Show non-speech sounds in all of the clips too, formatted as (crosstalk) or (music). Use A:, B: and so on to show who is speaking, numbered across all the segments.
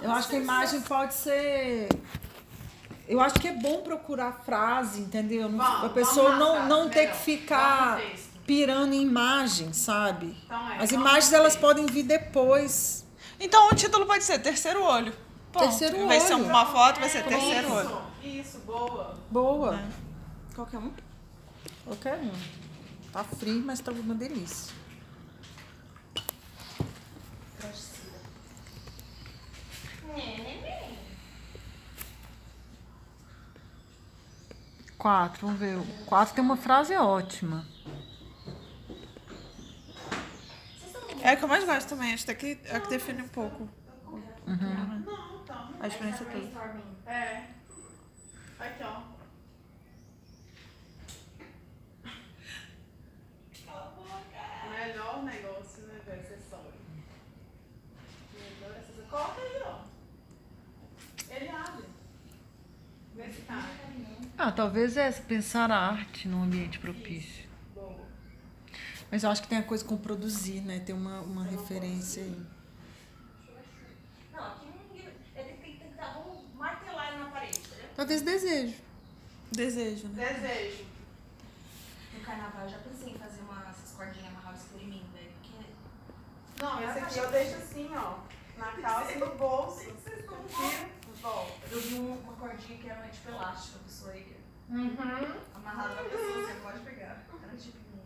A: Eu acho que a imagem pode ser. Eu acho que é bom procurar frase, entendeu? Não-
B: Vamos,
A: a pessoa
B: vamos na
A: não,
B: frase,
A: não ter
B: melhor.
A: que ficar
B: Vamos no texto.
A: pirando em imagem, sabe?
B: Então é,
A: As
B: vamos
A: imagens
B: no
A: elas
B: texto.
A: podem vir depois.
C: Então o título pode ser Terceiro Olho. Ponto.
A: Terceiro
C: Vai ser
A: Olho.
C: uma foto, vai ser
B: É,
C: Terceiro
B: isso,
C: Olho.
B: Isso, boa.
A: Boa.
D: Qualquer um?
A: Qualquer um. Tá frio, mas tá uma delícia. Quatro, vamos ver. O Quatro tem uma frase ótima.
C: É a que eu mais gosto também, acho que é a que é a que define um pouco.
D: A diferença é isso.
B: Uhum. É. Aqui, ó. Melhor negócio, né, velho? Você sobe. Melhor essa coisa. Coloca aí, ó. Ele abre. Vê se tá.
E: Ah, talvez é pensar a arte num ambiente propício.
B: Boa.
A: Mas eu acho que tem a coisa com produzir, né? Tem uma, uma referência aí.
F: Não, aqui ninguém. Ele tem que estar bom martelar na parede, né? entendeu?
A: Talvez desejo.
C: Desejo, né?
B: Desejo.
F: No carnaval eu já pensei em fazer uma, essas cordinhas né? amarrar o escuro em mim, velho. Porque.
B: Não, esse aqui eu deixo assim, ó. Na calça e no bolso. Vocês não Volta.
F: Eu vi um- uma cordinha que era tipo elástica do Slayer. Uhum. Amarrada na pessoa, você pode pegar. Era tipo. um-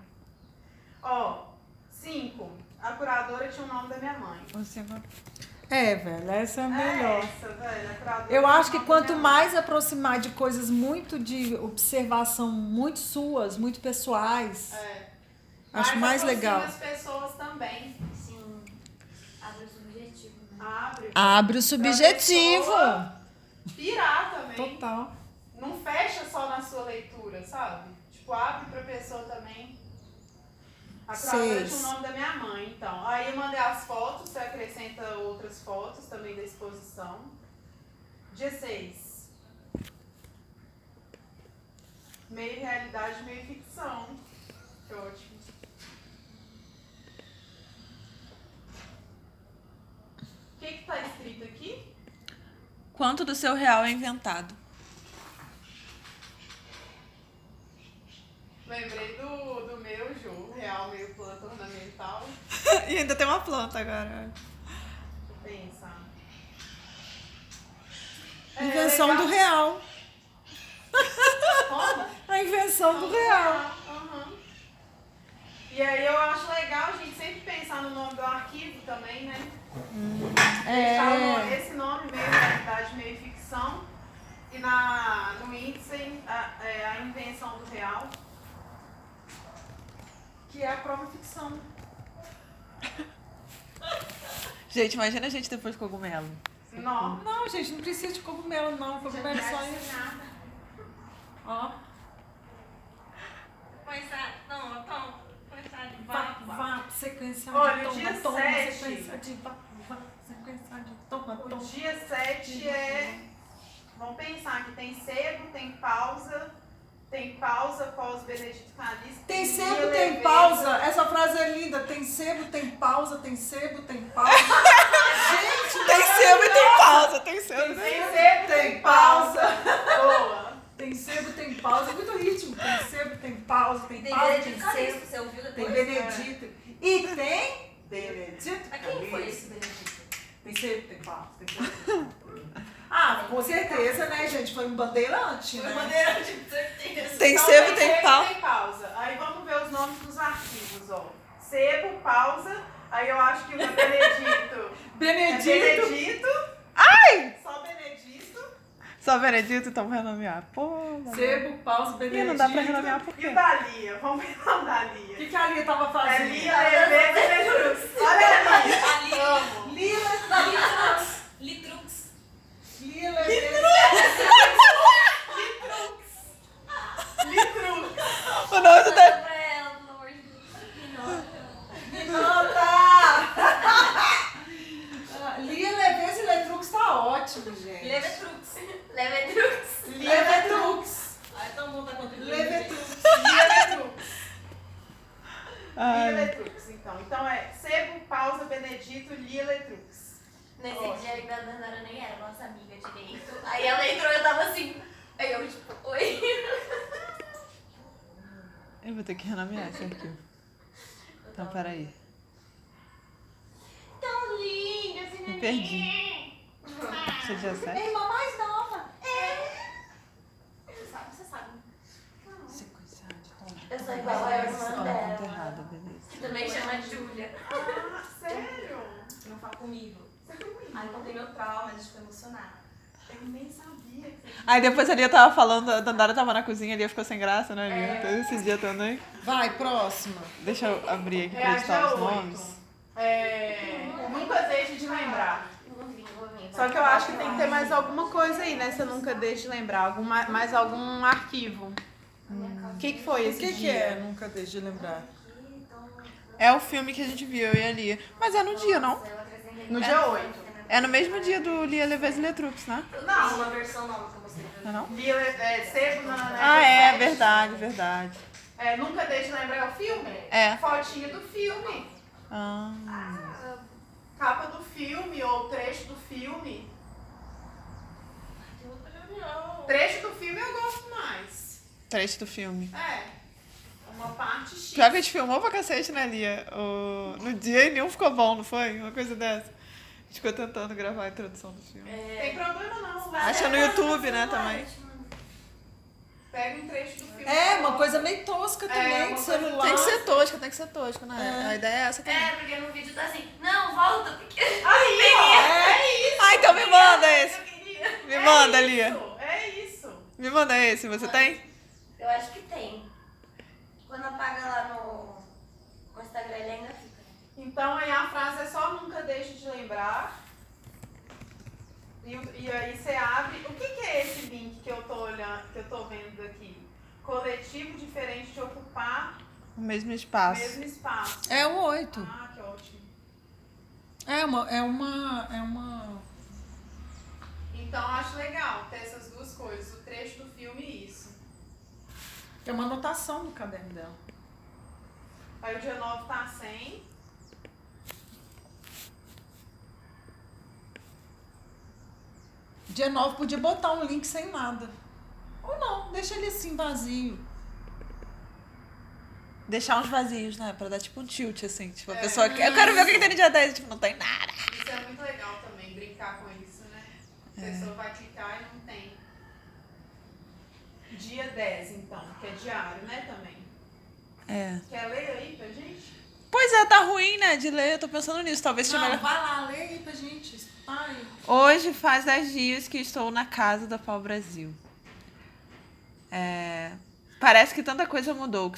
B: Ó, cinco. A curadora tinha o nome da minha mãe.
C: Você vai-
A: É, velho, essa é a melhor.
B: É essa, velho. A curadora
A: Eu acho que
B: tinha o nome da
A: quanto
B: minha
A: mais aproximar de coisas muito de observação, muito suas, muito pessoais,
B: É.
A: Acho
B: Mas
A: mais
B: aproxima
A: legal.
B: as pessoas também.
F: Sim. Abre o subjetivo, né?
B: Abre.
A: abre o
B: subjetivo. Pirar também.
A: Total.
B: Não fecha só na sua leitura, sabe? Tipo, abre pra pessoa também. A curadora
A: Seis.
B: tinha o nome da minha mãe, então. Aí eu mandei as fotos, você acrescenta outras fotos também da exposição. Dia 6. Meio realidade, meio ficção. Que ótimo. O que que tá escrito aqui?
C: Quanto do seu real é inventado?
B: Lembrei do, do meu Ju, um real meio planta ornamental.
C: (laughs) e ainda tem uma planta agora.
B: Pensa. É,
A: Invenção do
B: real.
A: real.
B: Como?
A: A invenção do real.
B: Aham. E aí eu acho legal a gente sempre pensar no nome do arquivo também, né? Deixar o nome-
A: Hum. É.
B: esse nome meio realidade, meio ficção. E na, no índice, a, é, a invenção do real, que é a prova ficção.
C: Gente, imagina a gente depois de cogumelo.
B: Nó.
A: Não, gente, não precisa de cogumelo, não. Cogumelo é só
B: Não
A: em...
B: deve ser nada.
A: Ó,
F: Mas tá. Não, então. Mas tá de
A: vá,
F: vapo.
A: vá, sequência
B: Olha,
A: de
B: o
A: toma,
B: dia
A: toma,
B: sete.
A: sequência de vá, vá, sequência de toma,
B: O
A: toma.
B: dia 7 é. Vamos pensar que tem sebo, tem pausa, tem pausa pós-Benedito Calixto.
A: Tem
B: dia
A: sebo,
B: leveza.
A: tem pausa. Essa frase é linda. Tem sebo, tem pausa, tem sebo, tem pausa. Gente, é
C: Tem sebo e tem pausa, tem
B: Tem
C: sebo. né?
B: sebo, tem pausa. Boa.
A: tem sebo, tem pausa. É muito ritmo. Tem sebo, tem pausa, tem
F: Tem
A: pausa,
F: Benedito
A: tem sebo,
F: Calixto, você ouviu depois?
A: tem benedito. E tem benedito.
F: Mas quem foi
A: Calixto.
F: esse Benedito?
A: Tem sebo, tem pausa, tem sebo. tem pausa. Ah, com certeza, né, gente? Foi um bandeirante, né?
F: Bandeira de (laughs) certeza.
C: Tem
B: Então,
C: sebo, tem
B: sebo,
C: pau.
B: tem pausa. Aí vamos ver os nomes dos arquivos, ó. Sebo, pausa. Aí eu acho que o do
A: (laughs)
B: Benedito. é
A: Benedito.
B: Benedito. Ai! Só Benedito.
C: Só Benedito, então vai renomear. Pô, mano.
A: Sebo, pausa,
C: Ih,
A: benedito.
C: não dá pra renomear por
B: E
C: quê?
B: o da Lia? Vamos pensar o da
A: O
B: Lia.
A: que, que a Lia tava
B: É
A: fazendo?
B: Lia, Leveza e Letrux. Olha ali.
F: Ali.
A: Lila,
F: Litrux. Litrux.
A: Lila,
B: Litrux.
C: O tá- nome do
F: Manda pra ela, pelo amor de Deus.
A: (laughs) Lila. Lila, Leveza e Letrux tá ótimo, gente.
F: Levetrux. Levetrux.
A: Levetrux.
F: Ai, todo mundo tá contribuindo.
A: Levetrux.
B: Letrux.
C: Ai.
B: Letrux, então. Então é Sebo, Pausa, Benedito, Lia Letrux.
F: Nesse
B: Ótimo.
F: dia aí minha Bernarda nem era nossa amiga direito. Aí ela entrou e eu tava assim. Aí eu, tipo, oi.
C: Eu vou ter que renomear esse arquivo.
F: Eu
C: Então,
F: tava
C: peraí.
F: Tão lindo esse neném.
C: perdi. Você é dia 7?
F: assim, né? Minha irmã mais nova. É. Você sabe, você sabe.
C: Sequência de
F: Eu sou igual a irmã
C: Ela tá
F: dela.
C: errada, beleza.
F: Que também chama Júlia.
B: Ah, sério?
F: Não fala comigo. Aí contei meu trauma, a gente ficou emocionada.
B: Eu nem sabia que você
C: Aí depois ali eu tava falando, a Dandara tava na cozinha ali, ficou sem graça, né, amiga? Todo Esse dia todo, né?
A: Vai, próxima.
C: Deixa eu abrir aqui pra
B: É,
C: editar
B: já
C: os
B: oito.
C: nomes.
B: É, nunca deixe de lembrar. Só que eu acho que tem que ter mais alguma coisa aí, né? Você nunca deixe de lembrar. Alguma, mais algum arquivo.
C: Hum.
B: O que, que foi
A: O
B: esse
A: que, que
B: dia?
A: é? Nunca deixe de lembrar.
C: É o filme que a gente viu, eu e a Lia. Mas é no dia, não?
B: No dia 8.
C: É no mesmo dia do Lia Leves Letrux, né?
F: Não, Ah, uma versão nova que eu mostrei
C: Não, é não?
B: Lia, é, sebo na... na-
C: Ah, é, verdade, verdade.
B: É, nunca deixe de lembrar o filme?
C: É.
B: Fotinha do filme.
C: Ah,
B: Capa do filme ou trecho do filme. Trecho do filme eu gosto mais.
C: trecho do filme.
B: É. Uma parte X.
C: Pior que a gente filmou pra cacete, né, Lia? O... No dia e nenhum ficou bom, não foi? Uma coisa dessa. A gente ficou tentando gravar a introdução do filme.
B: Tem problema não, vai.
C: Acha no YouTube, né, também.
B: Pega um trecho do filme.
A: É, uma coisa meio tosca
B: É,
A: também,
B: uma
A: de
B: coisa-
A: celular.
C: Tem que ser tosca, tem que ser tosca, né? A ideia é essa também.
F: É, porque no vídeo tá assim, não, volta, porque
B: Aí, ó.
C: Ah, então me manda esse.
F: eu queria.
C: Me manda,
B: é
C: Lia.
B: Isso, é isso.
C: Me manda esse, você tem?
F: Eu acho que tem. Quando apaga lá no, no Instagram, ele ainda fica.
B: Então aí a frase é só nunca deixe de lembrar. E, o- e aí você abre. O que, que é esse link que eu tô olhando, que eu tô vendo aqui? Coletivo diferente de ocupar
C: O mesmo espaço.
B: mesmo espaço.
A: É o oito.
B: Ah, que ótimo.
A: É uma, é uma, é uma...
B: Então eu acho legal ter essas duas coisas, o trecho do filme e isso.
A: É uma anotação no caderno dela.
B: Aí o dia 9 tá sem.
A: Dia 9 podia botar um link sem nada. Ou não, deixa ele assim vazio.
C: Deixar uns vazios, né? Pra dar tipo um tilt, assim. Tipo, a
B: É.
C: pessoa quer. Eu quero ver o que que tem no dia 10. Tipo, não tem nada.
B: Isso é muito legal também, brincar com isso, né? A pessoa vai clicar e não tem. Dia 10, então, que é diário, né, também.
C: É.
B: Quer ler aí pra gente?
C: Pois é, tá ruim, né? De ler, eu tô pensando nisso. Talvez seja melhor.
A: vai lá, lê aí pra gente. Ai.
C: Hoje faz 10 dias que estou na casa da Pau Brasil. É, Parece que tanta coisa mudou que